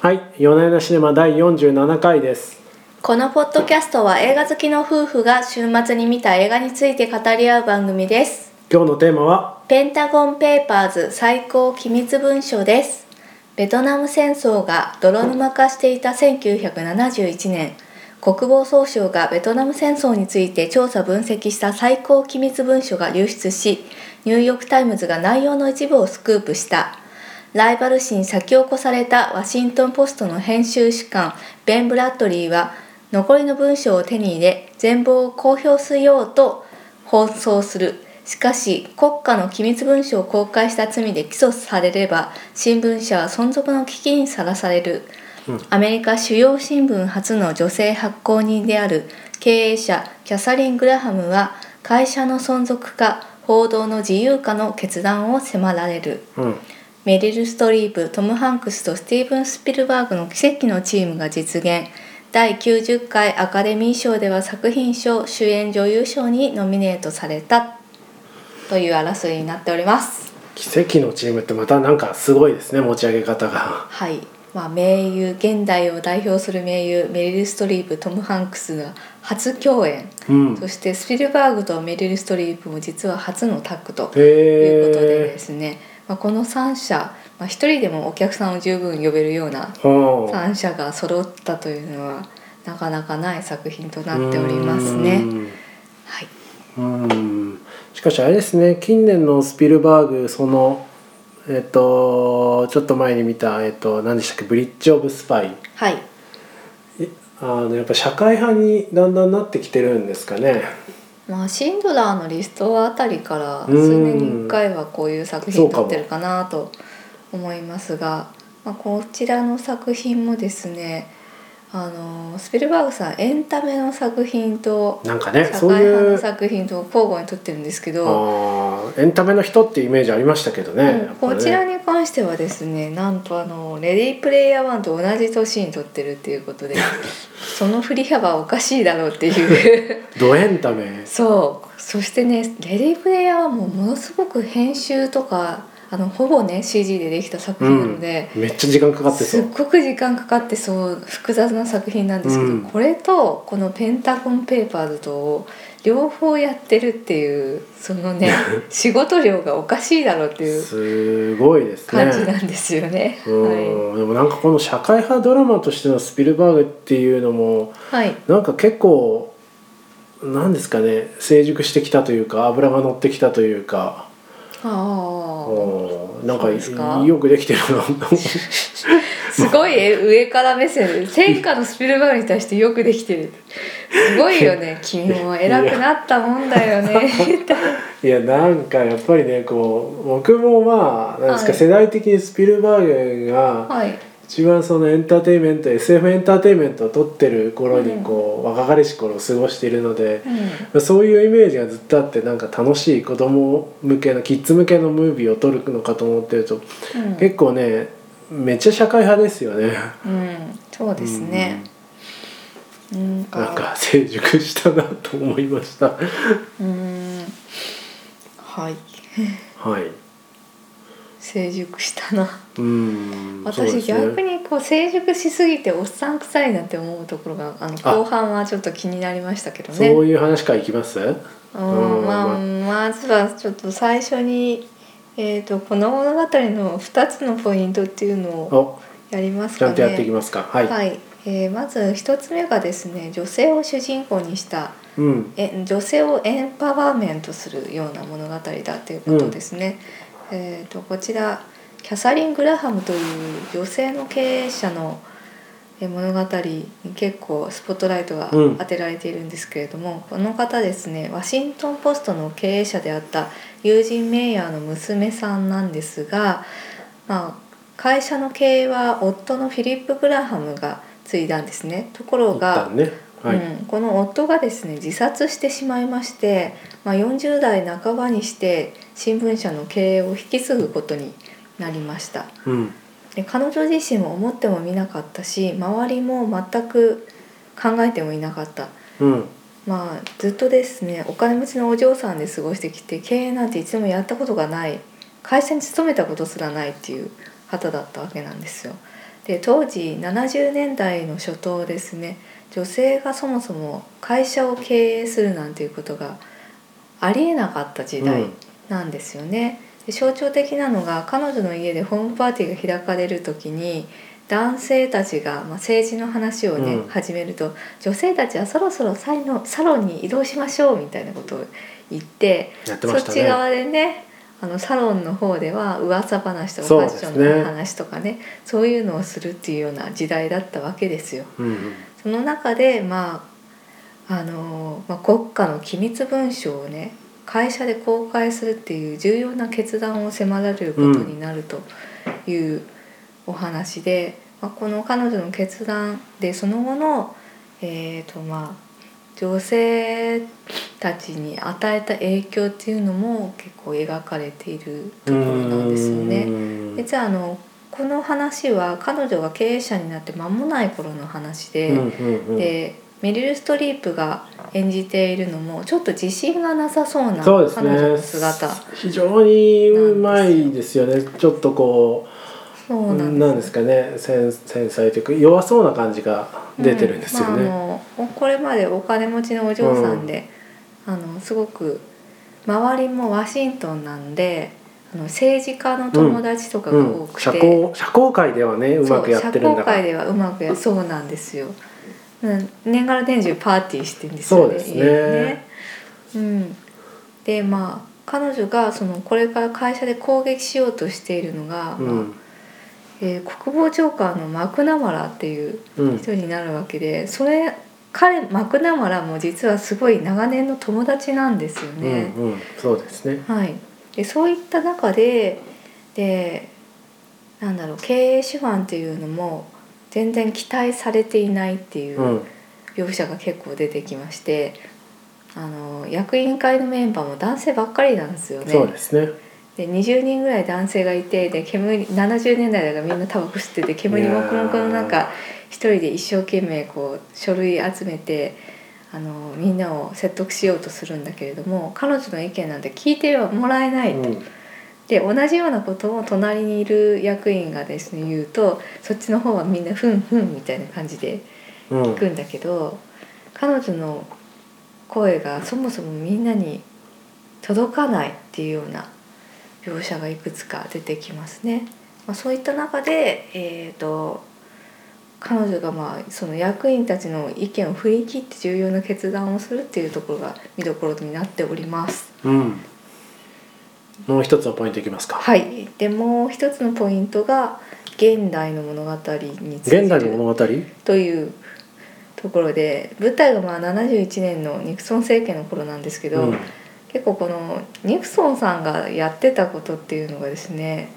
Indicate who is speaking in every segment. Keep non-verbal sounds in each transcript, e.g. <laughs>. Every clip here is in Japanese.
Speaker 1: はい、夜な夜なシネマ第47回です。
Speaker 2: このポッドキャストは映画好きの夫婦が週末に見た映画について語り合う番組です
Speaker 1: 今日のテーマは、
Speaker 2: ペンタゴンペーパーズ最高機密文書ですベトナム戦争が泥沼化していた1971年国防総省がベトナム戦争について調査分析した最高機密文書が流出しニューヨーク・タイムズが内容の一部をスクープしたライバル誌に先を越されたワシントン・ポストの編集主幹ベン・ブラッドリーは残りの文章を手に入れ全貌を公表しようと奔走するしかし国家の機密文書を公開した罪で起訴されれば新聞社は存続の危機にさらされる、
Speaker 1: うん
Speaker 2: アメリカ主要新聞初の女性発行人である経営者キャサリン・グラハムは会社の存続か報道の自由化の決断を迫られる。
Speaker 1: うん、
Speaker 2: メリル・ストリープトム・ハンクスとスティーブン・スピルバーグの奇跡のチームが実現第90回アカデミー賞では作品賞主演女優賞にノミネートされたという争いになっております
Speaker 1: 奇跡のチームってまたなんかすごいですね、持ち上げ方が。
Speaker 2: はい、まあ、名優現代を代表する名優メリル・ストリープトム・ハンクスが初共演、
Speaker 1: うん。
Speaker 2: そしてスピルバーグとメリル・ストリープも実は初のタッグ
Speaker 1: へ
Speaker 2: とということで
Speaker 1: え
Speaker 2: で。すね、まあ、この3社、まあ、1人でもお客さんを十分呼べるような
Speaker 1: ほう
Speaker 2: 3社が揃ったというのはなかなかない作品となっておりますね。。はい、
Speaker 1: うんうんしかしあれですね、近年のスピルバーグそのえっとちょっと前に見たえっと何でしたっけ、ブリッジオブスパイ。
Speaker 2: はい、
Speaker 1: あのやっぱ社会派にだんだんなってきてるんですかね。
Speaker 2: まあシンドラーのリストあたりから数年に1回はこういう作品になってるかなと思いますが、まあ、こちらの作品もですねあのスピルバーグさんエンタメの作品と
Speaker 1: なんかね、
Speaker 2: 社
Speaker 1: そう
Speaker 2: 会派
Speaker 1: い
Speaker 2: の
Speaker 1: う。
Speaker 2: 作品と交互に撮ってるんですけど。
Speaker 1: あーエンタメの人っていうイメージありましたけどね。
Speaker 2: うん
Speaker 1: やっぱ
Speaker 2: こ
Speaker 1: ね
Speaker 2: ちらに関してはですねなんとあのレディープレイヤー1と同じ年に撮ってるっていうこ
Speaker 1: <laughs>
Speaker 2: とでその振り幅はおかしいだろうっていう <laughs>
Speaker 1: ドエンタメ。
Speaker 2: そうそしてねレディープレイヤーはもうものすごく編集とかあのほぼね CG でできた作品なので、
Speaker 1: めっちゃ時間かかってそ
Speaker 2: すっ
Speaker 1: う。
Speaker 2: ごく時間かかってそう複雑な作品なんですけど、
Speaker 1: うん
Speaker 2: これとこの「ペンタゴン・ペーパーズ」とを両方やってるっていうそ
Speaker 1: <laughs>
Speaker 2: のね仕事量がおかしいだろうっていう。
Speaker 1: すごいです
Speaker 2: 感じな
Speaker 1: ね。
Speaker 2: んですよね。
Speaker 1: うん、でもなんかこの社会派ドラマとしてのスピルバーグっていうのも
Speaker 2: はい。はい。
Speaker 1: なんか結構なんですかね成熟してきたというか油が乗ってきたというか、
Speaker 2: あ
Speaker 1: うんなんか
Speaker 2: そうですか
Speaker 1: よくできてる
Speaker 2: <laughs>
Speaker 1: なと思う
Speaker 2: あ。すごいえ上から目線で天下のスピルバーグに対してよくできてる。すごいよ
Speaker 1: <laughs>
Speaker 2: ね。君も偉くなったもんだよね。
Speaker 1: いやなんかやっぱりねこう僕もまあなんですか、
Speaker 2: はい
Speaker 1: 世代的にスピルバーグが、
Speaker 2: <laughs> はい。
Speaker 1: 一番そのエンターテインメント SF エンターテインメントを撮ってる頃にこう、若かりし頃を過ごしているので
Speaker 2: う、ん。
Speaker 1: そういうイメージがずっとあってなんか楽しい子供向けのキッズ向けのムービーを撮るのかと思ってると、
Speaker 2: うん
Speaker 1: 結構ねめっちゃ社会派ですよね。
Speaker 2: うん。そうですね。なんか。
Speaker 1: なんか成熟したなと思いました。
Speaker 2: うーん。はい。
Speaker 1: はい。
Speaker 2: 成熟したな。
Speaker 1: うん。そうで
Speaker 2: 私
Speaker 1: すね
Speaker 2: 逆にこう成熟しすぎておっさん臭いなって思うところがあの
Speaker 1: あ
Speaker 2: 後半はちょっと気になりましたけどね。
Speaker 1: そういう話からいきます。
Speaker 2: うんまあ、
Speaker 1: う
Speaker 2: まずはちょっと最初に、えー、とこの物語の2つのポイントっていうのを
Speaker 1: お、
Speaker 2: やります
Speaker 1: ちゃ
Speaker 2: か
Speaker 1: んとやっていき
Speaker 2: ね。
Speaker 1: ますか。はい。
Speaker 2: はいえーまず1つ目がですね女性を主人公にした
Speaker 1: うん。
Speaker 2: え女性をエンパワーメントするような物語だということですね。えー、とこちらキャサリン・グラハムという女性の経営者のえー物語に結構スポットライトが
Speaker 1: うん
Speaker 2: 当てられているんですけれども、この方ですねワシントン・ポストの経営者であった友人メイヤーの娘さんなんですが、まあ、会社の経営は夫のフィリップ・グラハムが継いだんですね。ところ
Speaker 1: 一
Speaker 2: が、
Speaker 1: 旦ね。はい。
Speaker 2: うん、この夫がですね自殺してしまいまして、まあ、40代半ばにして新聞社の経営を引き継ぐことになりました
Speaker 1: うん。
Speaker 2: で彼女自身も思ってもみなかったし周りも全く考えてもいなかった
Speaker 1: うん。
Speaker 2: まあずっとですねお金持ちのお嬢さんで過ごしてきて経営なんて一度もやったことがない会社に勤めたことすらないっていう方だったわけなんですよ。で当時70年代の初頭ですね女性がそもそも会社を経営するなんていうことがありえなかった時代なんですよね。で象徴的なのが彼女の家でホームパーティーが開かれる時に男性たちが、まあ、政治の話をね、
Speaker 1: うん
Speaker 2: 始めると女性たちはそろそろサイのサロンに移動しましょうみたいなことを言って
Speaker 1: やってまし
Speaker 2: そ
Speaker 1: た
Speaker 2: っち
Speaker 1: ね
Speaker 2: 側でねあのサロンの方では噂話とかフ
Speaker 1: そう
Speaker 2: ァ
Speaker 1: で
Speaker 2: ッシ
Speaker 1: すね
Speaker 2: ョンの話とかねそういうのをするっていうような時代だったわけですよ。
Speaker 1: うん
Speaker 2: その中で、まああのまあ、国家の機密文書をね会社で公開するっていう重要な決断を迫られることになるというお話で、まあ、この彼女の決断でその後の、えーとまあ、女性たちに与えた影響っていうのも結構描かれていると
Speaker 1: う
Speaker 2: ころ
Speaker 1: ん
Speaker 2: なんですよね。
Speaker 1: うん
Speaker 2: 実はあのこの話は彼女が経営者になって間もない頃の話で、
Speaker 1: うんうんうん
Speaker 2: でメリル・ストリープが演じているのもちょっと自信がなさそうな彼
Speaker 1: そうですね
Speaker 2: 女の姿
Speaker 1: 非常にうまいですよねちょっとこ
Speaker 2: そううなんです
Speaker 1: なんですかね繊繊細というか弱そうな感じが出てるんですよ
Speaker 2: う
Speaker 1: ね、
Speaker 2: んまあ、あのこれまでお金持ちのお嬢さんで、あのすごく周りもワシントンなんであの政治家の友達とかが
Speaker 1: う
Speaker 2: 多
Speaker 1: ん、
Speaker 2: く
Speaker 1: 社
Speaker 2: て、
Speaker 1: 交社交界ではねうまくやってるんだ
Speaker 2: そう社交
Speaker 1: か
Speaker 2: 界
Speaker 1: ら
Speaker 2: ではうまくやそうなんですよ、うん、年がら年中パーティーしてんです
Speaker 1: そ
Speaker 2: よ
Speaker 1: う
Speaker 2: ね
Speaker 1: ですね
Speaker 2: 家でねうん、でまあ彼女がそのこれから会社で攻撃しようとしているのが、
Speaker 1: う
Speaker 2: まあ
Speaker 1: ん
Speaker 2: えー国防長官のマクナマラっていう
Speaker 1: うん
Speaker 2: 人になるわけでそれ彼マクナマラも実はすごい長年の友達なんですよね。
Speaker 1: うんうん、そうですね
Speaker 2: はい、でそういった中ででなんだろう経営手腕っていうのも全然期待されていないっていううん描写が結構出てきまして、あの役員会のメンバーも男性ばっかりなんですよね。
Speaker 1: そうですね
Speaker 2: で20人ぐらい男性がいてで煙70年代だからみんなタバコ吸ってて煙もくもくの
Speaker 1: いや
Speaker 2: 中一人で一生懸命こう書類集めてあのみんなを説得しようとするんだけれども彼女の意見なんて聞いてはもらえない、
Speaker 1: うん
Speaker 2: で同じようなことを隣にいる役員がですね言うとそっちの方はみんなふんふんみたいな感じで
Speaker 1: うん
Speaker 2: 行くんだけど彼女の声がそもそもみんなに届かないっていうような描写がいくつか出てきますね。まあ、そういった中で、えー、と彼女がまあその役員たちの意見を振り切って重要な決断をするっていうところが見どころになっております。
Speaker 1: うんもう一つのポイントいきますか、
Speaker 2: はい、でもう一つのポイントが現代の物語について
Speaker 1: 現代の物語
Speaker 2: というところで舞台がまあ71年のニクソン政権の頃なんですけど、
Speaker 1: うん
Speaker 2: 結構このニクソンさんがやってたことっていうのがですね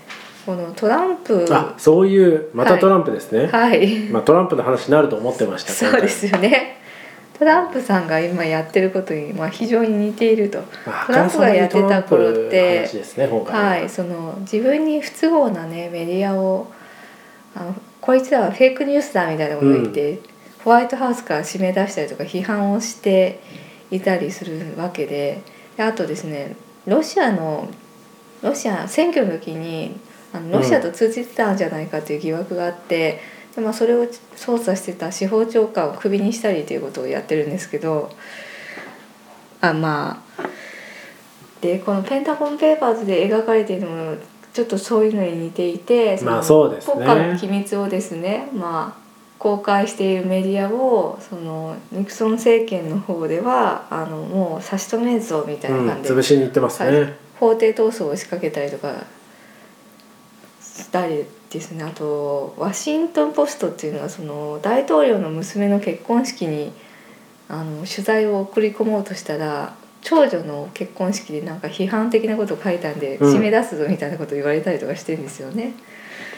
Speaker 2: このトランプ
Speaker 1: あそういうまたトランプですね、
Speaker 2: はい、
Speaker 1: まあ、トランプの話になると思ってました
Speaker 2: そうですよねトランプさんが今やってることにまあ非常に似ていると
Speaker 1: 今回
Speaker 2: トランプがやってた頃って
Speaker 1: あからさまにトランプの話ですね今回
Speaker 2: はい、その自分に不都合なねメディアをあのこいつらはフェイクニュースだみたいなことを言って、ホワイトハウスから締め出したりとか批判をしていたりするわけでであとですねロシアのロシア選挙の時にあのロシアと通じてたんじゃないかという疑惑があって、でまあ、それを捜査してた司法長官をクビにしたりということをやってるんですけどあまあでこの「ペンタゴン・ペーパーズ」で描かれているものちょっとそういうのに似ていて
Speaker 1: まあ
Speaker 2: の
Speaker 1: そうですね
Speaker 2: 国家の機密をですね、まあ、公開しているメディアをそのニクソン政権の方ではあのもう差し止めんぞみたいな
Speaker 1: うん
Speaker 2: 感じで、
Speaker 1: 潰しに行ってますね、
Speaker 2: はい法廷闘争を仕掛けたりとかしたりですねあとワシントン・ポストっていうのはその大統領の娘の結婚式にあの取材を送り込もうとしたら長女の結婚式でなんか批判的なことを書いたんで
Speaker 1: うん
Speaker 2: 締め出すぞみたいなことを言われたりとかしてるんですよね。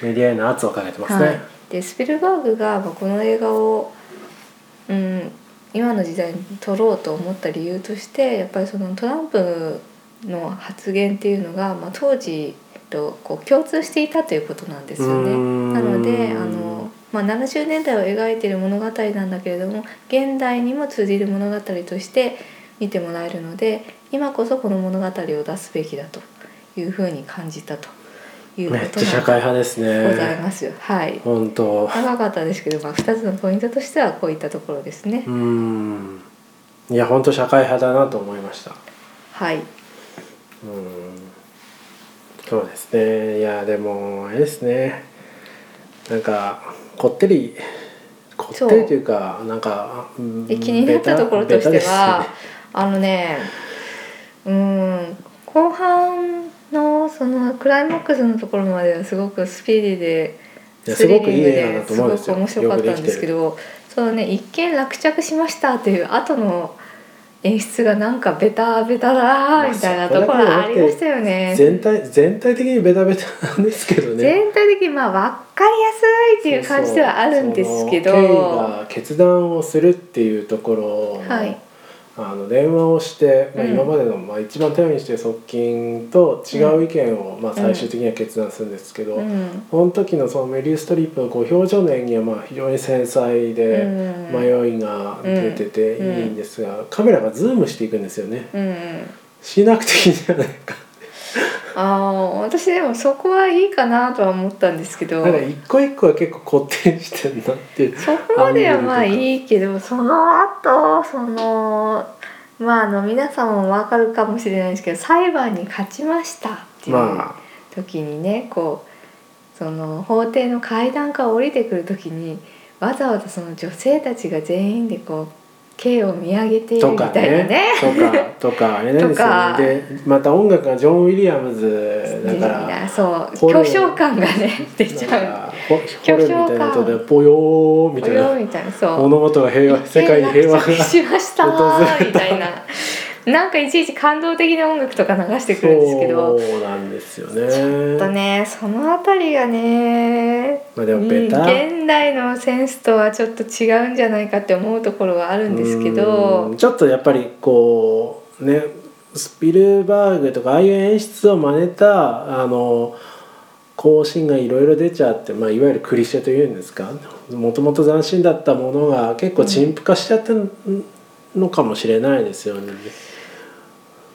Speaker 1: メディアへの圧をかけてますね、
Speaker 2: はい、でスピルバーグがまあこの映画を、うん、今の時代に撮ろうと思った理由としてやっぱりそのトランプの発言っていうのが、まあ、当時とこう共通していたということなんですよ
Speaker 1: うー
Speaker 2: ね。
Speaker 1: ん
Speaker 2: なのであの、まあ、70年代を描いている物語なんだけれども現代にも通じる物語として見てもらえるので今こそこの物語を出すべきだというふうに感じたというこ
Speaker 1: めっ
Speaker 2: と
Speaker 1: ちゃ社会派です
Speaker 2: なんでござい
Speaker 1: ね
Speaker 2: ますはい
Speaker 1: 本当
Speaker 2: 長かったですけど、まあ、2つのポイントとしてはこういったところですね、
Speaker 1: うんいや本当社会派だなと思いました
Speaker 2: はい
Speaker 1: うんそうですねいやでもあれですねなんかこってりこってりというかなんか、うん
Speaker 2: で気になったところとして
Speaker 1: ベタベタ
Speaker 2: は、
Speaker 1: ですね
Speaker 2: あのねうん後半のそのクライマックスのところまではすごくスピーディーで
Speaker 1: いや
Speaker 2: スリリング
Speaker 1: すごくい
Speaker 2: ですご
Speaker 1: い映画だと思うん
Speaker 2: く
Speaker 1: ですよ
Speaker 2: 面白かったんですけどそのね一見落着しましたっていう後の演出がなんかベタベタだ
Speaker 1: まあ
Speaker 2: ーみたいなところありましたよね。
Speaker 1: 全体全体的にベタベタなんですけどね
Speaker 2: 全体的にまあ分かりやすいっていう感じではあるんですけど
Speaker 1: そうそうそのケイが決断をするっていうところを、
Speaker 2: はい
Speaker 1: あの電話をして、まあ、
Speaker 2: うん
Speaker 1: 今までの、まあ、一番頼りにしてる側近と違う意見を、まあ、最終的には決断するんですけど、
Speaker 2: うん
Speaker 1: この時のそのメリル・ストリップのこう表情の演技はまあ非常に繊細
Speaker 2: う
Speaker 1: で
Speaker 2: ん
Speaker 1: 迷いが出ててい
Speaker 2: うん
Speaker 1: いんですが、カメラがズームしていくんですよね。
Speaker 2: うんうん
Speaker 1: しなくていいんじゃないか。
Speaker 2: ああ私でもそこはいいかなとは思ったんですけど
Speaker 1: なんか一個一個は結構こってりしてんなっていう。
Speaker 2: そこまではまあいいけどその後そのまああの皆さんもわかるかもしれないですけど裁判に勝ちましたっていう
Speaker 1: まあ
Speaker 2: 時にねこうその法廷の階段から降りてくる時にわざわざその女性たちが全員でこう刑を見上げている
Speaker 1: と
Speaker 2: みた
Speaker 1: か
Speaker 2: いなね
Speaker 1: ね。とかとかあれなんですよね。でまた音楽がジョン・ウィリアムズだか
Speaker 2: みん
Speaker 1: ら。
Speaker 2: なそう
Speaker 1: ホル
Speaker 2: 巨匠感がね出ち
Speaker 1: なん
Speaker 2: ゃう。
Speaker 1: かホホルみたいな音でポヨーみたい
Speaker 2: およ
Speaker 1: な
Speaker 2: みたいなそう
Speaker 1: 物事が平和世界に平和が
Speaker 2: 一見落着しました
Speaker 1: 訪れ
Speaker 2: ー
Speaker 1: た
Speaker 2: みたいななんかいちいち感動的な音楽とか流してくるんですけど
Speaker 1: そうなんですよね
Speaker 2: ちょっとねそのあたりがね
Speaker 1: まあで
Speaker 2: うん
Speaker 1: もベタ、
Speaker 2: 現代のセンスとはちょっと違うんじゃないかって思うところはあるんです
Speaker 1: う
Speaker 2: け
Speaker 1: ん
Speaker 2: ど
Speaker 1: ちょっとやっぱりこうねスピルバーグとかああいう演出を真似たあの更新がいろいろ出ちゃって、まあ、いわゆるクリシェというんですかもともと斬新だったものが結構陳腐化しちゃってるのかもしれないですよね。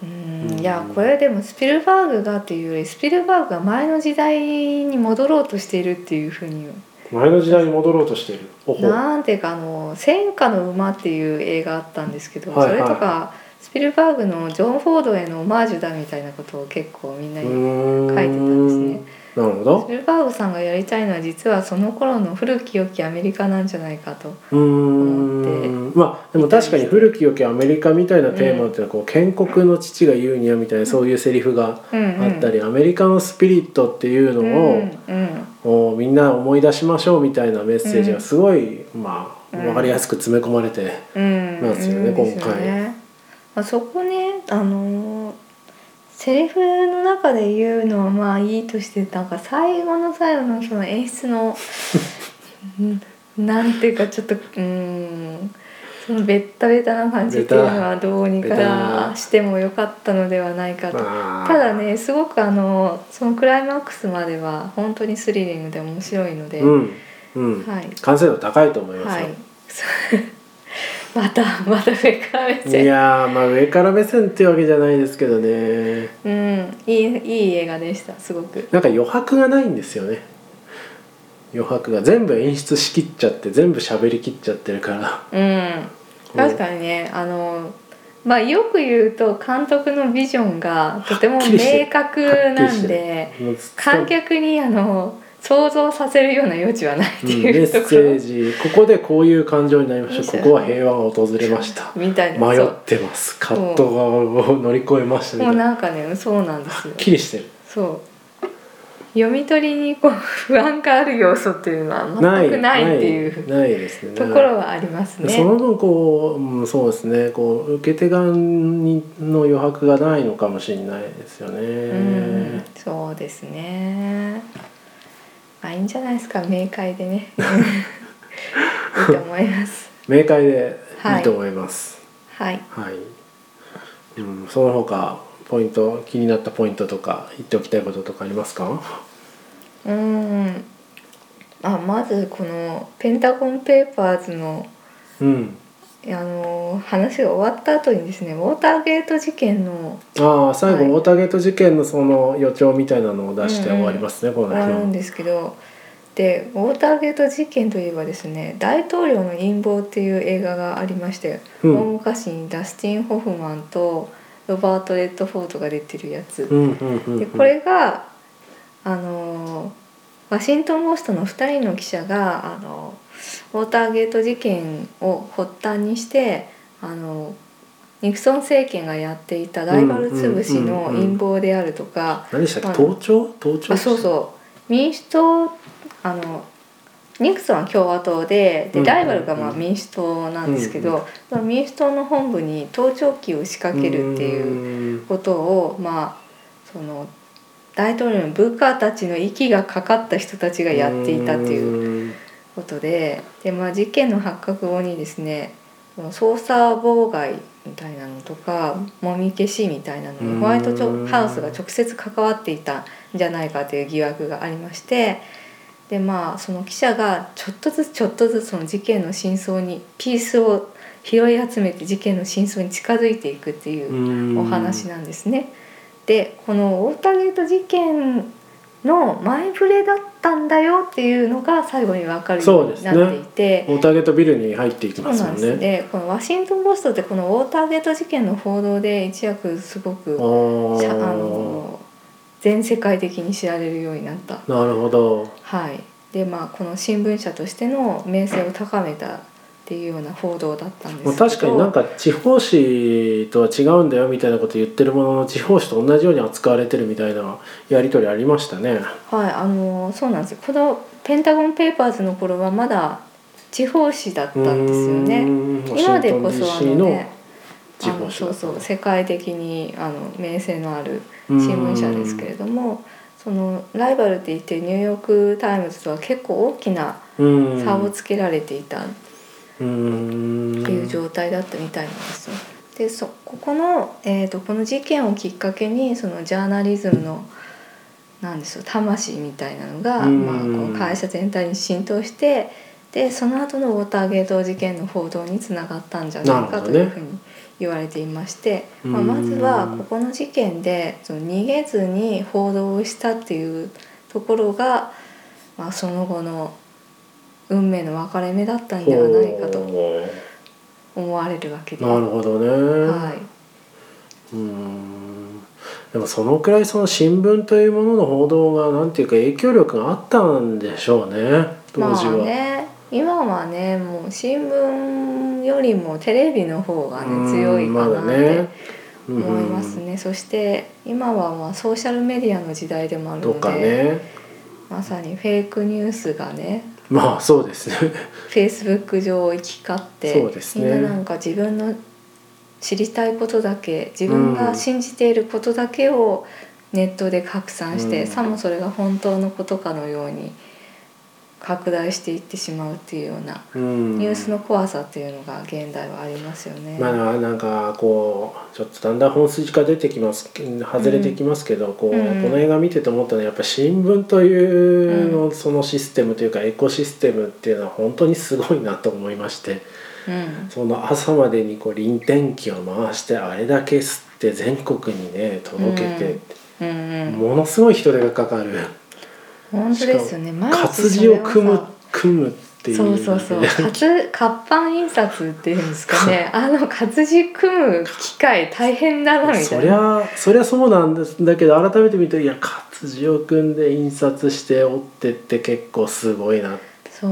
Speaker 2: うんいやこれでもスピルバーグがっていうよりスピルバーグが前の時代に戻ろうとしているっていうふうに
Speaker 1: 前の時代に戻ろうとしてる。ほほ
Speaker 2: なんていうかあの「戦火の馬」っていう映画あったんですけど、
Speaker 1: はいはい
Speaker 2: それとかスピルバーグのジョン・フォードへのオマージュだみたいなことを結構みんな
Speaker 1: う
Speaker 2: に、
Speaker 1: ーん
Speaker 2: 書いてたんですね
Speaker 1: なるほ
Speaker 2: ス
Speaker 1: ど。
Speaker 2: ピルバーグさんがやりたいのは実はその頃の古き良きアメリカなんじゃないかと。
Speaker 1: うーんまあでも確かに古き良きアメリカみたいなテーマっていうのはこう建国の父が言うにはみたいなそういうセリフが
Speaker 2: うんうん、
Speaker 1: あったり、アメリカのスピリットっていうの
Speaker 2: うん
Speaker 1: を、
Speaker 2: うん
Speaker 1: こうみんな思い出しましょうみたいなメッセージがすごい、まあ
Speaker 2: うん
Speaker 1: 分かりやすく詰め込まれて、
Speaker 2: うん
Speaker 1: なんですよね
Speaker 2: いいんですよ
Speaker 1: 今回
Speaker 2: ねまあ、そこねあのーセリフの中で言うのはまあいいとしてなんか最後の最後のその演出のうんなんていうかちょっとうんそのベッタベタな感じっていうのはどうに
Speaker 1: ベタ
Speaker 2: かしてもよかったのではないかと。
Speaker 1: まあ、
Speaker 2: ただねすごくあのそのクライマックスまでは本当にスリリングで面白いので、
Speaker 1: うんうん、
Speaker 2: はい
Speaker 1: 完成度高いと思います
Speaker 2: は
Speaker 1: よ、
Speaker 2: い。 <laughs> またまた上から目
Speaker 1: い、
Speaker 2: 線。
Speaker 1: やーまあ上から目線っていうわけじゃないですけどね
Speaker 2: うん、いいいい映画でした。すごく。
Speaker 1: なんか余白がないんですよね余白が全部演出しきっちゃって全部喋りきっちゃってるから
Speaker 2: うん。確かにね、あの。まあ、よく言うと監督のビジョンがとても
Speaker 1: はっきりしてる
Speaker 2: 明確なんで
Speaker 1: もう
Speaker 2: 観客にあの想像させるような余地はないって
Speaker 1: うんメ
Speaker 2: い
Speaker 1: ッ
Speaker 2: うと
Speaker 1: セ
Speaker 2: ころ、
Speaker 1: ージここでこういう感情になりましたここは平和が訪れました
Speaker 2: みたいな
Speaker 1: 迷
Speaker 2: そ
Speaker 1: っ
Speaker 2: う
Speaker 1: てます葛藤を乗り越えましたみ
Speaker 2: も
Speaker 1: た
Speaker 2: う
Speaker 1: いなは
Speaker 2: なんかねそうなんですよ
Speaker 1: っきりしてる
Speaker 2: そう読み取りにこう不安がある要素っていうのは全くないっていう
Speaker 1: ないないですね
Speaker 2: ところはありますね。
Speaker 1: その分こう、うん、そうですねこう受け手側にの余白がないのかもしれないですよね、
Speaker 2: うん、そうですね。まあいいんじゃないですか明快でね。いいと思います。
Speaker 1: 明快で
Speaker 2: はい
Speaker 1: いいと思います
Speaker 2: はい。
Speaker 1: はい、うん、その他ポイント気になったポイントとか言っておきたいこととかありますか
Speaker 2: うん。まあまずこのペンタゴンペーパーズの
Speaker 1: うん
Speaker 2: あの話が終わった後にですねウォーターゲート事件の
Speaker 1: ああ最後、
Speaker 2: はい
Speaker 1: ウォーターゲート事件のその予兆みたいなのを出して終わりますね、こ
Speaker 2: 終
Speaker 1: の
Speaker 2: わるん
Speaker 1: 辺
Speaker 2: ですけどでウォーターゲート事件といえばですね「大統領の陰謀」っていう映画がありまして、
Speaker 1: うん
Speaker 2: 大昔にダスティン・ホフマンとロバート・レッドフォードが出てるやつ、
Speaker 1: うんうんうんうん
Speaker 2: でこれがあのワシントン・ポストの2人の記者があのウォーターゲート事件を発端にしてあのニクソン政権がやっていたライバル潰しの陰謀であるとか、
Speaker 1: 何でしたっけ
Speaker 2: ま
Speaker 1: 盗聴盗聴
Speaker 2: あ、そうそう民主党あのニクソンは共和党でで
Speaker 1: うん
Speaker 2: ライバルがまあ
Speaker 1: うんうん
Speaker 2: 民主党なんですけ
Speaker 1: うんう
Speaker 2: ど、その民主党の本部に盗聴器を仕掛けるっていう。
Speaker 1: う
Speaker 2: ことをまあその大統領の部下たちの息がかかった人たちがやっていたという
Speaker 1: うん
Speaker 2: ことでで、まあ、事件の発覚後にですねその捜査妨害みたいなのとかもみ消しみたいなのにホワイトチ
Speaker 1: う
Speaker 2: ョ
Speaker 1: ん
Speaker 2: ハウスが直接関わっていたんじゃないかという疑惑がありましてでまあその記者がちょっとずつちょっとずつその事件の真相にピースを拾い集めて事件の真相に近づいていくっていう
Speaker 1: うん
Speaker 2: お話なんですね。でこのウォーターゲート事件の前触れだったんだよっていうのが最後に分かるようになっていて。
Speaker 1: ウォーターゲートビルに入っていき
Speaker 2: そ
Speaker 1: ま
Speaker 2: う
Speaker 1: す
Speaker 2: な
Speaker 1: も
Speaker 2: ん
Speaker 1: ん
Speaker 2: です
Speaker 1: ね
Speaker 2: でこのワシントン・ポストってこのウォーターゲート事件の報道で一躍すごく
Speaker 1: あ
Speaker 2: しゃあ
Speaker 1: ー
Speaker 2: の全世界的に知られるようになった、
Speaker 1: なるほど
Speaker 2: はいでまあ、この新聞社としての名声を高めたっていうような報道だったんですけ
Speaker 1: まあ
Speaker 2: ど
Speaker 1: 確かになんか地方紙とは違うんだよみたいなこと言ってるものの地方紙と同じように扱われてるみたいなやり取りありましたね
Speaker 2: はい、あのそうなんですよこのペンタゴン・ペーパーズの頃はまだ地方紙だったんですよね。今でこそあのね
Speaker 1: 地
Speaker 2: あ
Speaker 1: 方
Speaker 2: の
Speaker 1: 紙
Speaker 2: そ
Speaker 1: だ
Speaker 2: う
Speaker 1: った
Speaker 2: そう世界的にあの名声のある新聞社ですけれどもそのライバルって言ってニューヨーク・タイムズとは結構大きな
Speaker 1: ど
Speaker 2: 差をつけられていたっ
Speaker 1: て
Speaker 2: て
Speaker 1: い
Speaker 2: いう状態だったみたいなんですよ。でそここの、えー、とこの事件をきっかけにそのジャーナリズムのなんでしょう魂みたいなのが、
Speaker 1: うん
Speaker 2: まあ、この会社全体に浸透してでその後のウォーターゲート事件の報道につながったんじゃないかとい
Speaker 1: なるほどね
Speaker 2: うふうに言われていまして、まあ、
Speaker 1: うん
Speaker 2: まずはここの事件でその逃げずに報道をしたっていうところが、まあ、その後の運命の分かれ目だったんではないかと
Speaker 1: ほ
Speaker 2: 思われるわけ
Speaker 1: う
Speaker 2: で
Speaker 1: なるほどね、
Speaker 2: はい、
Speaker 1: うーんでもそのくらいその新聞というものの報道がなんていうか影響力があったんでしょうね当時は。
Speaker 2: まあね今はねもう新聞よりもテレビの方がね強いかなって
Speaker 1: 思
Speaker 2: 思いますね,、そして今はまあソーシャルメディアの時代でもある
Speaker 1: と
Speaker 2: ので、
Speaker 1: かね
Speaker 2: まさにフェイクニュースがね
Speaker 1: まあそうですね
Speaker 2: フェイスブック上行き交って、
Speaker 1: そうです
Speaker 2: み
Speaker 1: ね
Speaker 2: んななんか自分の知りたいことだけ自分が信じていることだけをネットで拡散して、
Speaker 1: うん
Speaker 2: さもそれが本当のことかのように拡大していってしまうっていうような
Speaker 1: うん
Speaker 2: ニュースの怖さっていうのが現代はありますよね。
Speaker 1: まあなんかこうちょっとだんだん本筋が出てきます外れてきますけど、こう
Speaker 2: うん
Speaker 1: この映画見てて思ったのはやっぱ新聞というの、そのシステムというかエコシステムっていうのは本当にすごいなと思いまして。
Speaker 2: うん、
Speaker 1: その朝までにこう臨転機を回してあれだけ吸って全国にね届けて、
Speaker 2: うん、うん、
Speaker 1: ものすごい人手がかかる
Speaker 2: 本当ですよね。毎日
Speaker 1: 活字を組む
Speaker 2: それはさ
Speaker 1: 組むっていう
Speaker 2: そうそうそう活活版印刷っていうんですか
Speaker 1: <laughs>
Speaker 2: ねあの活字組む機械大変だなみた
Speaker 1: そ
Speaker 2: い
Speaker 1: り
Speaker 2: な
Speaker 1: ゃそりゃそうなんですだけど改めて見るといや活字を組んで印刷して折ってって結構すごいなって
Speaker 2: そ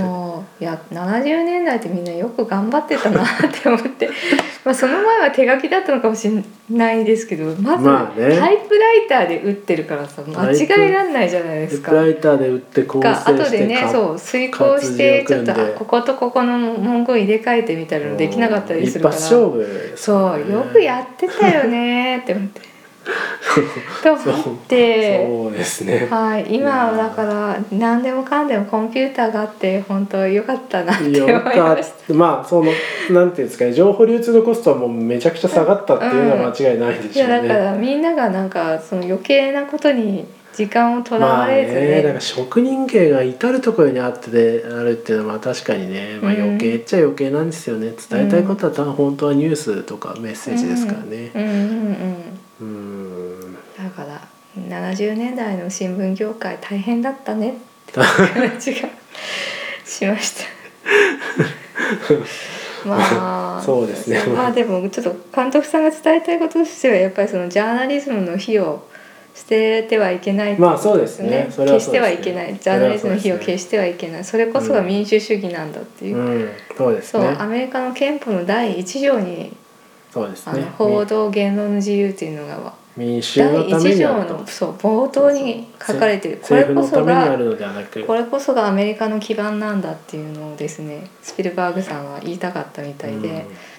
Speaker 2: ういや70年代ってみんなよく頑張ってたなって思って
Speaker 1: <laughs>
Speaker 2: まあその前は手書きだったのかもしれないですけどまず
Speaker 1: まあね
Speaker 2: タイプライターで打ってるからさ間違えらんないじゃないで
Speaker 1: テー
Speaker 2: すか
Speaker 1: プ。ライターで打って構成
Speaker 2: が後
Speaker 1: して
Speaker 2: でね
Speaker 1: か
Speaker 2: そう遂行してち
Speaker 1: 活字を組んで
Speaker 2: ょっとあこことここの文言入れ替えてみたいなのできなかったりするから
Speaker 1: 一発勝負ですね、
Speaker 2: そうよくやってたよねって思
Speaker 1: <laughs>
Speaker 2: ってと思 <laughs> って
Speaker 1: そうですね
Speaker 2: はい今はだから何でもかんでもコンピューターがあって本当良かったなって思
Speaker 1: よ
Speaker 2: い
Speaker 1: か
Speaker 2: まし
Speaker 1: ったまあそのなんていうんですかね情報流通のコストはもうめちゃくちゃ下がったっていうのは間違いないで
Speaker 2: たい
Speaker 1: しょう
Speaker 2: や
Speaker 1: ね。
Speaker 2: だからみんながなんかその余計なことに時間をとら
Speaker 1: まあ
Speaker 2: われず
Speaker 1: ね、だか
Speaker 2: ね
Speaker 1: ら職人芸が至る所にあってであるっていうのは確かにね、まあ、
Speaker 2: うん
Speaker 1: 余計っちゃ余計なんですよね伝えたいことは多分本当はニュースとかメッセージですからね
Speaker 2: うんうんうん
Speaker 1: うんん
Speaker 2: だから70年代の新聞業界大変だったね
Speaker 1: <laughs>
Speaker 2: って感じがしましたまあ
Speaker 1: そうですね
Speaker 2: まあでもちょっと監督さんが伝えたいこととしてはやっぱりそのジャーナリズムの火を捨ててはいけないって
Speaker 1: まあ
Speaker 2: こと
Speaker 1: そうですねそれは
Speaker 2: 消
Speaker 1: そ
Speaker 2: し
Speaker 1: うで
Speaker 2: て
Speaker 1: すね
Speaker 2: はいけないジャーナリズムの火を消してはいけないそれこそが民主主義なんだっていう、
Speaker 1: うんそうです
Speaker 2: そう
Speaker 1: ね
Speaker 2: アメリカの憲法の第1条に
Speaker 1: そうです
Speaker 2: あの
Speaker 1: ね
Speaker 2: 報道言論の自由っていうのが
Speaker 1: 民民衆の
Speaker 2: 第
Speaker 1: ため
Speaker 2: 1
Speaker 1: にあ
Speaker 2: 条
Speaker 1: ると
Speaker 2: のそう冒頭に書かれてるこれ
Speaker 1: 政府
Speaker 2: こ
Speaker 1: の
Speaker 2: そ
Speaker 1: ためにあ
Speaker 2: が
Speaker 1: るのではなく
Speaker 2: これこそがアメリカの基盤なんだっていうのをですねスピルバーグさんは言いたかったみたいで、
Speaker 1: うん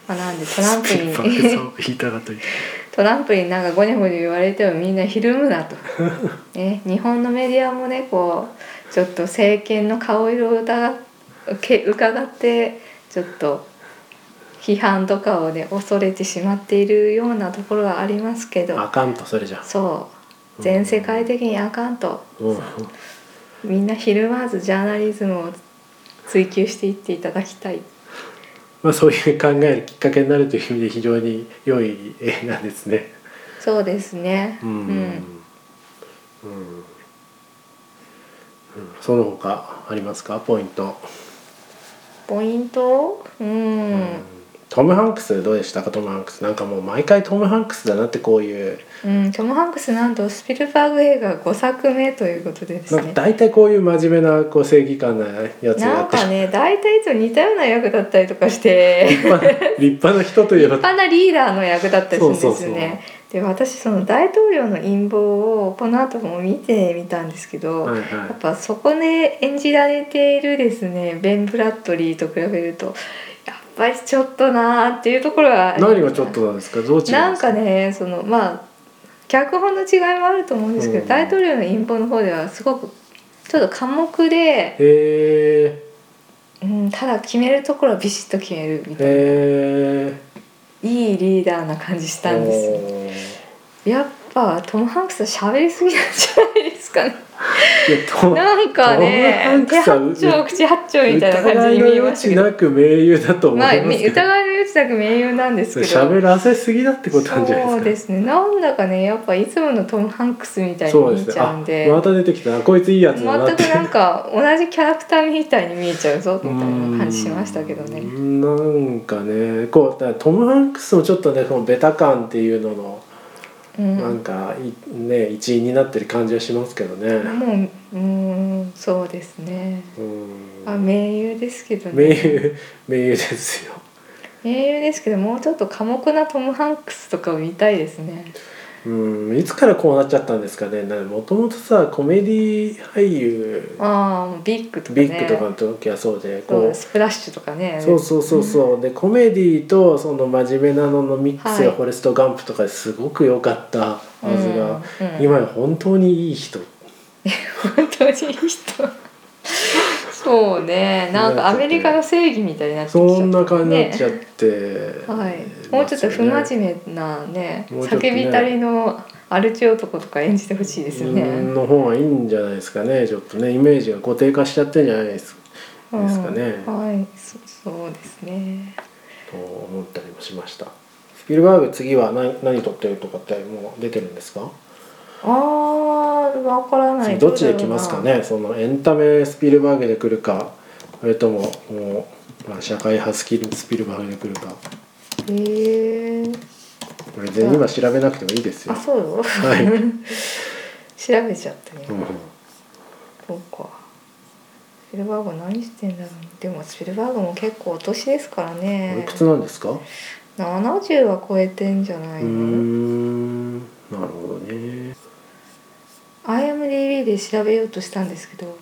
Speaker 2: まあ、なんでトラン
Speaker 1: <laughs>
Speaker 2: プ
Speaker 1: スピルバーグさ
Speaker 2: に
Speaker 1: んを言いたかったみたい
Speaker 2: <laughs> トランプになんかゴニョゴニョ言われてもみんなひるむな <laughs> と、ね、日本のメディアもねこうちょっと政権の顔色を疑っけ伺ってちょっと批判とかをね恐れてしまっているようなところはありますけど
Speaker 1: あかんとそれじゃ
Speaker 2: そう全世界的にあかんと
Speaker 1: うん
Speaker 2: みんなひるまずジャーナリズムを追求していっていただきたい
Speaker 1: まあそういう考えるきっかけになるという意味で非常に良い映画ですね
Speaker 2: そうですね
Speaker 1: うんうんうんその他ありますかポイント、
Speaker 2: ポイントうん、
Speaker 1: トム・ハンクスどうでしたかトム・ハンクスなんかもう毎回トム・ハンクスだなってこういう
Speaker 2: うん、トム・ハンクスなんとスピルバーグ映画5作目ということでです
Speaker 1: なん
Speaker 2: ね
Speaker 1: か大体こういう真面目なこう正義感なやつ
Speaker 2: な
Speaker 1: や
Speaker 2: ん
Speaker 1: って
Speaker 2: かね大体いつも似たような役だったりとかして
Speaker 1: <laughs> 立派な立派な人とい
Speaker 2: 立
Speaker 1: え
Speaker 2: <laughs>
Speaker 1: ば
Speaker 2: 派なリーダーの役だったりするんですよね
Speaker 1: そうそうそう
Speaker 2: で私その大統領の陰謀をこの後も見てみたんですけど、
Speaker 1: はい
Speaker 2: やっ
Speaker 1: は
Speaker 2: ぱそこで演じられているですねベン・ブラッドリーと比べるとやっぱりちょっとなーっていうところが
Speaker 1: い、
Speaker 2: あります
Speaker 1: 何がちょっとなんですかどう違うんですか
Speaker 2: なんかねそのまあ脚本の違いもあると思うんですけど、
Speaker 1: うん
Speaker 2: 大統領の陰謀の方ではすごくちょっと寡黙で、
Speaker 1: へえ
Speaker 2: うん、ただ決めるところはビシッと決めるみたい
Speaker 1: へ
Speaker 2: な
Speaker 1: え
Speaker 2: いいリーダーな感じしたんですよやっぱトム・ハンクスは喋りすぎなんじゃないですかね
Speaker 1: いやと
Speaker 2: なんか
Speaker 1: トムハ
Speaker 2: ね
Speaker 1: ン
Speaker 2: 手
Speaker 1: クスは
Speaker 2: 八丁口八丁みたいな感
Speaker 1: 疑い
Speaker 2: じに
Speaker 1: の
Speaker 2: 見えま
Speaker 1: 余
Speaker 2: した
Speaker 1: 地
Speaker 2: けど
Speaker 1: なく盟友だと思い
Speaker 2: ま
Speaker 1: ま
Speaker 2: あ、
Speaker 1: す
Speaker 2: み
Speaker 1: けど、
Speaker 2: 疑いの余地なく名優なんですけど
Speaker 1: 喋らせすぎだってことなんじゃないですか
Speaker 2: そうですねなんだかねやっぱいつものトム・ハンクスみたいに
Speaker 1: そう
Speaker 2: 見
Speaker 1: で
Speaker 2: え
Speaker 1: すね
Speaker 2: ちゃうんで
Speaker 1: あまた出てきたなこいついいやつだなっ
Speaker 2: 全く
Speaker 1: て
Speaker 2: なんか同じキャラクターみたいに見えちゃうぞみたいな感じしましたけど
Speaker 1: う
Speaker 2: ね
Speaker 1: んなんかねこうだからトム・ハンクスのちょっとねこのベタ感っていうのの、
Speaker 2: う
Speaker 1: なん
Speaker 2: ん
Speaker 1: かいね一員になってる感じはしますけどね、
Speaker 2: もううんそうですね
Speaker 1: うん、
Speaker 2: あ名優ですけど
Speaker 1: 盟
Speaker 2: ね
Speaker 1: <laughs> 友盟友ですよ
Speaker 2: 名優ですけどもうちょっと寡黙なトム・ハンクスとかを見たいですね
Speaker 1: うんいつからこうなっちゃったんですかねもともとさコメディ俳優
Speaker 2: ああもうビッグとかね
Speaker 1: ビッグとかの時はそうで
Speaker 2: そう
Speaker 1: こ
Speaker 2: スプラッシュとかね
Speaker 1: うそうそうそうそうでコメディとその真面目なののミックスが
Speaker 2: はい
Speaker 1: フォレスト・ガンプとかですごく良かったは
Speaker 2: うん
Speaker 1: ずが、
Speaker 2: うん
Speaker 1: 今や本当にいい人
Speaker 2: 本当にいい人そうねなんかアメリカの正義みたいになってきちゃった
Speaker 1: そんな感じになっちゃ
Speaker 2: ね
Speaker 1: って、
Speaker 2: はい、もうちょっと不真
Speaker 1: 面
Speaker 2: 面目なね
Speaker 1: もうちょっとね
Speaker 2: 叫びたりのアルチ男とか演じてほしいですよね。
Speaker 1: の方がいいんじゃないですかねちょっとねイメージが固定化しちゃってんじゃないです
Speaker 2: うん
Speaker 1: ですかね
Speaker 2: はいそそうですね。
Speaker 1: と思ったりもしましたスピルバーグ次は何何撮ってるとかってもう出てるんですか
Speaker 2: あーわからない
Speaker 1: 次どっちで来ますか
Speaker 2: どうだろ
Speaker 1: ねそのエンタメスピルバーグで来るかそれとももう、まあ、社会派スキルスピルバーグで来るか
Speaker 2: うなへえ
Speaker 1: これ全然今調べなくてもいいですよ
Speaker 2: あそうよ、
Speaker 1: はい
Speaker 2: <laughs> 調べちゃったね、
Speaker 1: うん
Speaker 2: そうかスピルバーグ何してんだろうでもスピルバーグも結構お年ですから
Speaker 1: おい
Speaker 2: ね
Speaker 1: くつなんですか、
Speaker 2: 70は超えてんじゃな
Speaker 1: うー
Speaker 2: いの
Speaker 1: んなるほどね
Speaker 2: IMDB で調べようとしたんですけど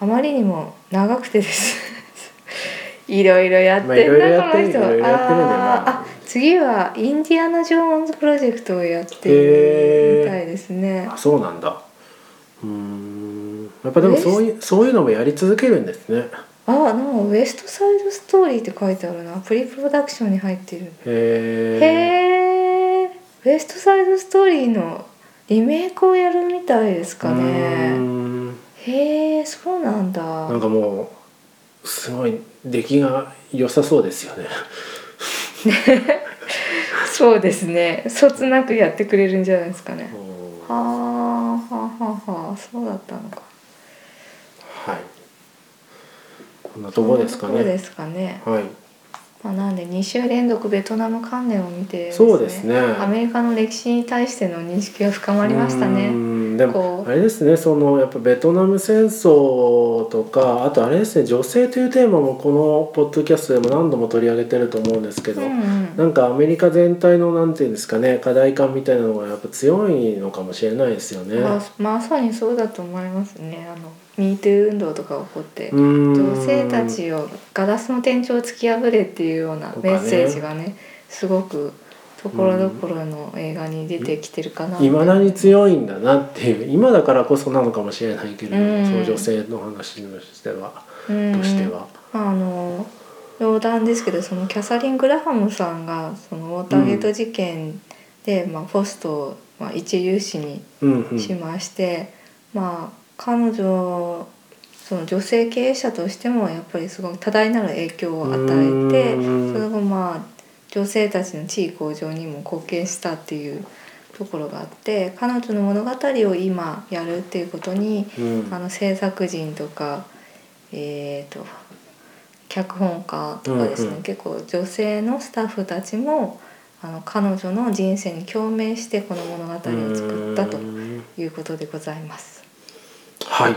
Speaker 2: あまりにも長くてです <laughs> いろいろやってん
Speaker 1: まあいろいろや
Speaker 2: な、
Speaker 1: っ
Speaker 2: こ
Speaker 1: て
Speaker 2: の
Speaker 1: る
Speaker 2: 人
Speaker 1: いろいろやってるんだよ
Speaker 2: あ
Speaker 1: な
Speaker 2: ーあ次はインディアナ・ジョーンズプロジェクトをやって
Speaker 1: へー
Speaker 2: るみたいですね
Speaker 1: あそうなんだうーんやっぱでもそういうそういうのもやり続けるんですね
Speaker 2: あなんか「ウエスト・サイド・ストーリー」って書いてあるなプリプロダクションに入ってる
Speaker 1: へ
Speaker 2: へ
Speaker 1: え
Speaker 2: えウエスト・サイド・ストーリーのリメイクをやるみたいですか
Speaker 1: うー
Speaker 2: ね
Speaker 1: ん
Speaker 2: へえそうなんだ
Speaker 1: なんかもうすごい出来が良さそうですよ
Speaker 2: <laughs>
Speaker 1: ね
Speaker 2: そうですねそつなくやってくれるんじゃないですかねはあはあはあはあそうだったのか
Speaker 1: はいこんなとこですか
Speaker 2: そうで
Speaker 1: ね
Speaker 2: すかね
Speaker 1: はい
Speaker 2: まあ、なんで2週連続ベトナム関連を見て、
Speaker 1: そうですね
Speaker 2: アメリカの歴史に対しての認識が深まりました
Speaker 1: うー
Speaker 2: ね
Speaker 1: んでも
Speaker 2: こう
Speaker 1: あれですねそのやっぱベトナム戦争とかあとあれですね女性というテーマもこのポッドキャストでも何度も取り上げてると思うんですけ
Speaker 2: う
Speaker 1: ど、
Speaker 2: んうん
Speaker 1: なんかアメリカ全体のなんていうんですかね課題感みたいなのがやっぱ強いのかもしれないですよね。
Speaker 2: まあまさにそうだと思いますねあの MeToo 運動とか起こって、
Speaker 1: うーん
Speaker 2: 女性たちをガラスの天井を突き破れっていうような
Speaker 1: とかね
Speaker 2: メッセージがねすごくところどころの映画に出てきてるかなって
Speaker 1: いまだに強いんだなっていう今だからこそなのかもしれないけれども、
Speaker 2: うん
Speaker 1: その女性の話としては、
Speaker 2: うんうん
Speaker 1: としては。
Speaker 2: まああの冗談ですけどそのキャサリン・グラハムさんがそのウォーターゲート事件で、まあ、フォストを、まあ、一流死に
Speaker 1: うんうん
Speaker 2: しまして、まあ彼女その女性経営者としてもやっぱりすごく多大なる影響を与えて
Speaker 1: うん
Speaker 2: それがまあ女性たちの地位向上にも貢献したっていうところがあって彼女の物語を今やるっていうことに
Speaker 1: うん
Speaker 2: あの制作人とか、えー、と脚本家とかですね、
Speaker 1: うんうん
Speaker 2: 結構女性のスタッフたちもあの彼女の人生に共鳴してこの物語を作ったと
Speaker 1: うーん
Speaker 2: いうことでございます。
Speaker 1: はい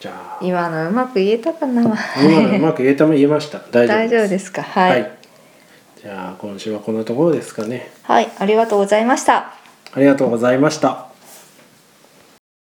Speaker 1: じゃあ
Speaker 2: 今のうまく言えたかな
Speaker 1: 今
Speaker 2: <laughs>
Speaker 1: のうまく言えたも言えました大
Speaker 2: 大
Speaker 1: 丈夫
Speaker 2: 丈夫
Speaker 1: で
Speaker 2: ですすかはい、はい、
Speaker 1: じゃあ今週はこんなところですかね
Speaker 2: ありがとうございました。
Speaker 1: ありがとうございました